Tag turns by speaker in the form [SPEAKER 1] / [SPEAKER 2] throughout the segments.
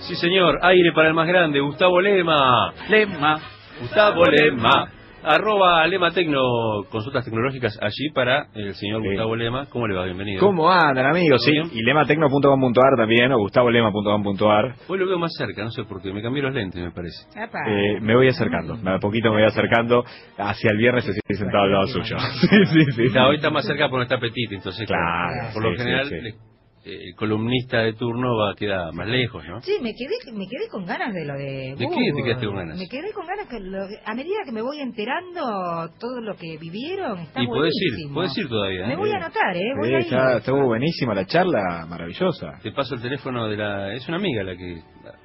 [SPEAKER 1] Sí, señor. Aire para el más grande, Gustavo Lema.
[SPEAKER 2] Lema.
[SPEAKER 1] Gustavo Lema. Arroba Lema Tecno, consultas tecnológicas allí para el señor
[SPEAKER 3] Sí.
[SPEAKER 1] Gustavo Lema. ¿Cómo le va? Bienvenido.
[SPEAKER 3] ¿Cómo andan, amigos? Sí,
[SPEAKER 1] ¿Todo bien?
[SPEAKER 3] y lematecno.com.ar también, o gustavolema.com.ar.
[SPEAKER 1] Hoy lo veo más cerca, no sé por qué. Me cambié los lentes, me parece.
[SPEAKER 4] Apa.
[SPEAKER 3] Eh, me voy acercando, a poquito me voy acercando. Hacia el viernes estoy sentado al lado suyo. sí, sí, sí.
[SPEAKER 1] Está, hoy está más cerca porque está Petit, entonces.
[SPEAKER 3] Claro,
[SPEAKER 1] por lo
[SPEAKER 3] sí,
[SPEAKER 1] general,
[SPEAKER 3] sí, sí.
[SPEAKER 1] le- eh, el columnista de turno va queda más lejos, ¿no?
[SPEAKER 4] Sí, me quedé, me quedé con ganas de lo de...
[SPEAKER 1] ¿De qué
[SPEAKER 4] Google.
[SPEAKER 1] te quedaste con ganas?
[SPEAKER 4] Me quedé con ganas que lo- a medida que me voy enterando todo lo que vivieron, está
[SPEAKER 1] y podés ir,
[SPEAKER 4] buenísimo.
[SPEAKER 1] podés ir todavía.
[SPEAKER 4] Me
[SPEAKER 1] ¿eh?
[SPEAKER 4] voy a anotar, ¿eh? Voy
[SPEAKER 3] Sí,
[SPEAKER 4] a ir.
[SPEAKER 3] está- estuvo buenísima la charla, maravillosa.
[SPEAKER 1] Te paso el teléfono de la... Es una amiga la que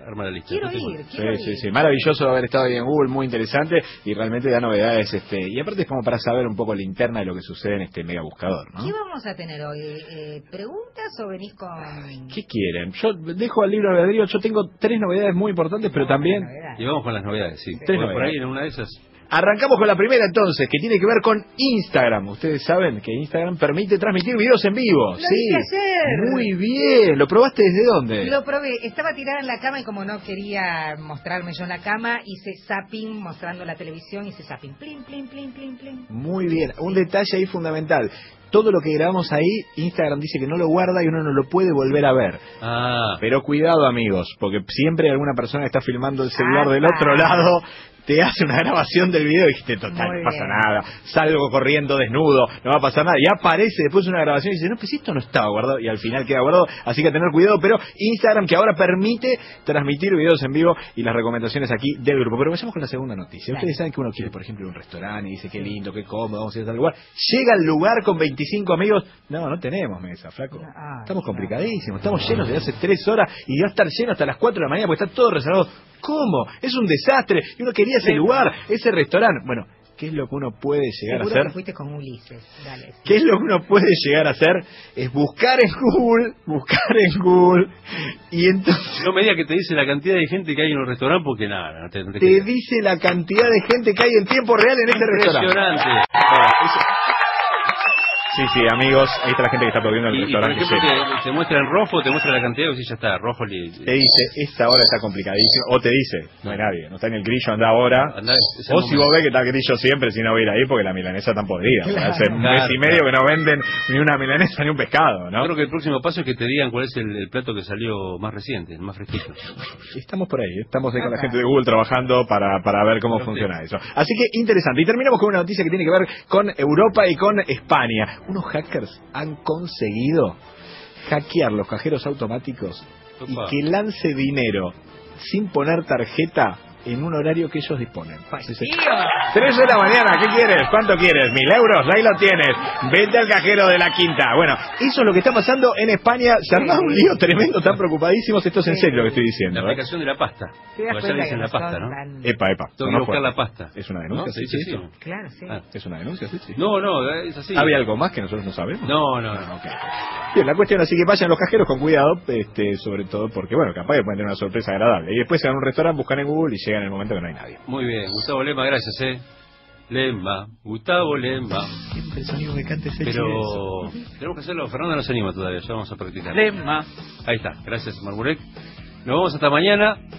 [SPEAKER 1] arma la lista.
[SPEAKER 4] Quiero
[SPEAKER 1] no te cuento.
[SPEAKER 4] ir,
[SPEAKER 3] Sí,
[SPEAKER 4] quiero
[SPEAKER 3] sí,
[SPEAKER 4] ir.
[SPEAKER 3] sí, maravilloso haber estado ahí en Google, muy interesante y realmente da novedades. este Y aparte es como para saber un poco la interna de lo que sucede en este mega buscador, ¿no?
[SPEAKER 4] ¿Qué vamos a tener hoy? Eh, ¿Preguntas o venís con...?
[SPEAKER 3] ¿Qué quieren? Yo dejo al libro albedrío, yo tengo tres novedades muy importantes, pero también...
[SPEAKER 4] Novedades.
[SPEAKER 1] Y vamos con las novedades, sí.
[SPEAKER 3] Tres
[SPEAKER 1] Por- Por
[SPEAKER 3] novedades.
[SPEAKER 1] ahí en una de esas.
[SPEAKER 3] Arrancamos con la primera entonces, que tiene que ver con Instagram. Ustedes saben que Instagram permite transmitir videos en vivo.
[SPEAKER 4] Lo
[SPEAKER 3] sí.
[SPEAKER 4] hice ayer.
[SPEAKER 3] Muy bien. ¿Lo probaste desde dónde?
[SPEAKER 4] Lo probé, estaba tirada en la cama y como no quería mostrarme yo en la cama, hice zapping mostrando la televisión, hice zapping, plin, plin, plin, plin, plin.
[SPEAKER 3] Muy bien. Un detalle ahí fundamental. Todo lo que grabamos ahí, Instagram dice que no lo guarda y uno no lo puede volver a ver.
[SPEAKER 1] Ah,
[SPEAKER 3] Pero cuidado amigos, porque siempre alguna persona que está filmando el celular del
[SPEAKER 4] Apa.
[SPEAKER 3] otro lado te hace una grabación del video y dijiste, total,
[SPEAKER 4] Muy
[SPEAKER 3] no pasa
[SPEAKER 4] bien.
[SPEAKER 3] nada, salgo corriendo desnudo, no va a pasar nada, y aparece después una grabación y dice, no, pues esto no estaba guardado, y al final queda guardado, así que a tener cuidado, pero Instagram que ahora permite transmitir videos en vivo y las recomendaciones aquí del grupo. Pero vayamos con la segunda noticia.
[SPEAKER 4] Dale.
[SPEAKER 3] Ustedes saben que uno quiere, por ejemplo, ir a un restaurante y dice, qué lindo, qué cómodo, vamos a ir a tal lugar. Llega al lugar con 25 amigos, no, no tenemos mesa, flaco.
[SPEAKER 4] Ah,
[SPEAKER 3] Estamos
[SPEAKER 4] claro.
[SPEAKER 3] complicadísimos, estamos llenos de hace tres horas y va a estar lleno hasta las 4 de la mañana porque está todo reservado. ¿Cómo? Es un desastre. Y uno quería ese lugar, ese restaurante. Bueno, ¿qué es lo que uno puede llegar a
[SPEAKER 4] Seguro que
[SPEAKER 3] hacer?
[SPEAKER 4] fuiste con Ulises, dale.
[SPEAKER 3] ¿Qué es lo que uno puede llegar a hacer? Es buscar en Google, buscar en Google y entonces
[SPEAKER 1] no me digas que te dice la cantidad de gente que hay en un restaurante porque nada, no te, no te
[SPEAKER 3] te
[SPEAKER 1] creas.
[SPEAKER 3] dice la cantidad de gente que hay en tiempo real en este restaurante.
[SPEAKER 1] Impresionante.
[SPEAKER 3] Sí, sí, amigos, ahí está la gente que está aplaudiendo en
[SPEAKER 1] Y,
[SPEAKER 3] el
[SPEAKER 1] y, por
[SPEAKER 3] restaurante.
[SPEAKER 1] ejemplo, te,
[SPEAKER 3] sí.
[SPEAKER 1] te muestra en rojo, te muestra la cantidad, y si ya está, rojo, le,
[SPEAKER 3] Te dice, esta hora está complicadísima. O te dice, no hay nadie, no está en el grillo, anda ahora.
[SPEAKER 1] Andá, es el
[SPEAKER 3] O si
[SPEAKER 1] momento.
[SPEAKER 3] vos ves que está el grillo siempre, si no voy a ir ahí, porque la milanesa tan podrida.
[SPEAKER 4] Claro.
[SPEAKER 3] Hace un mes y
[SPEAKER 1] Claro,
[SPEAKER 3] medio que no venden ni una milanesa ni un
[SPEAKER 1] Yo
[SPEAKER 3] pescado, ¿no?
[SPEAKER 1] Creo que el próximo paso es que te digan cuál es el, el plato que salió más reciente, el más fresquito.
[SPEAKER 3] Estamos por ahí, estamos ahí con la
[SPEAKER 4] Ajá.
[SPEAKER 3] gente de Google trabajando para, para ver cómo
[SPEAKER 1] Perfecto.
[SPEAKER 3] funciona eso. Así que interesante. Y terminamos con una noticia que tiene que ver con Europa y con España. Unos hackers han conseguido hackear los cajeros automáticos y
[SPEAKER 1] Opa.
[SPEAKER 3] que lance dinero sin poner tarjeta en un horario que ellos disponen. Sí, sí. Tres de la mañana, ¿qué quieres? ¿Cuánto quieres? ¿Mil euros? Ahí lo tienes. Vete al cajero de la quinta. Bueno, eso es lo que está pasando en España. Se armó un lío tremendo, están preocupadísimos. Esto es en serio lo que estoy
[SPEAKER 1] La
[SPEAKER 3] diciendo. ¿eh?
[SPEAKER 1] aplicación de la pasta.
[SPEAKER 4] ¿Te
[SPEAKER 1] Porque
[SPEAKER 4] das
[SPEAKER 1] allá
[SPEAKER 4] cuenta
[SPEAKER 1] le
[SPEAKER 4] que
[SPEAKER 1] dicen la
[SPEAKER 4] no
[SPEAKER 1] pasta,
[SPEAKER 4] son
[SPEAKER 1] ¿no? Eh,
[SPEAKER 4] tan-
[SPEAKER 3] Epa, epa.
[SPEAKER 1] Tengo que
[SPEAKER 3] no
[SPEAKER 1] buscar
[SPEAKER 3] fue.
[SPEAKER 1] la pasta.
[SPEAKER 3] ¿Es una
[SPEAKER 1] ¿No?
[SPEAKER 3] denuncia?
[SPEAKER 1] ¿Se
[SPEAKER 3] Sí,
[SPEAKER 1] dice
[SPEAKER 3] sí, Ah,
[SPEAKER 1] eso?
[SPEAKER 4] Claro, sí.
[SPEAKER 1] Ah.
[SPEAKER 3] ¿Es una denuncia? Sí, sí.
[SPEAKER 1] No, no, es así.
[SPEAKER 3] ¿Había algo más que nosotros no sabemos?
[SPEAKER 1] No, no, no.
[SPEAKER 3] Ah, ok. Bien, la cuestión así que vayan los cajeros con cuidado, este, sobre todo porque, bueno, capaz que pueden tener una sorpresa agradable. Y después se van a un restaurante, buscan en Google y llegan en el momento que no hay nadie.
[SPEAKER 1] Muy bien, Gustavo Lema, gracias, ¿eh? Lema, Gustavo Lema.
[SPEAKER 3] Siempre el sonido que cante ese
[SPEAKER 1] Pero tenemos que hacerlo. Fernando nos anima todavía, ya vamos a practicar.
[SPEAKER 2] Lema.
[SPEAKER 1] Ahí está, gracias, Marburek. Nos vemos hasta mañana.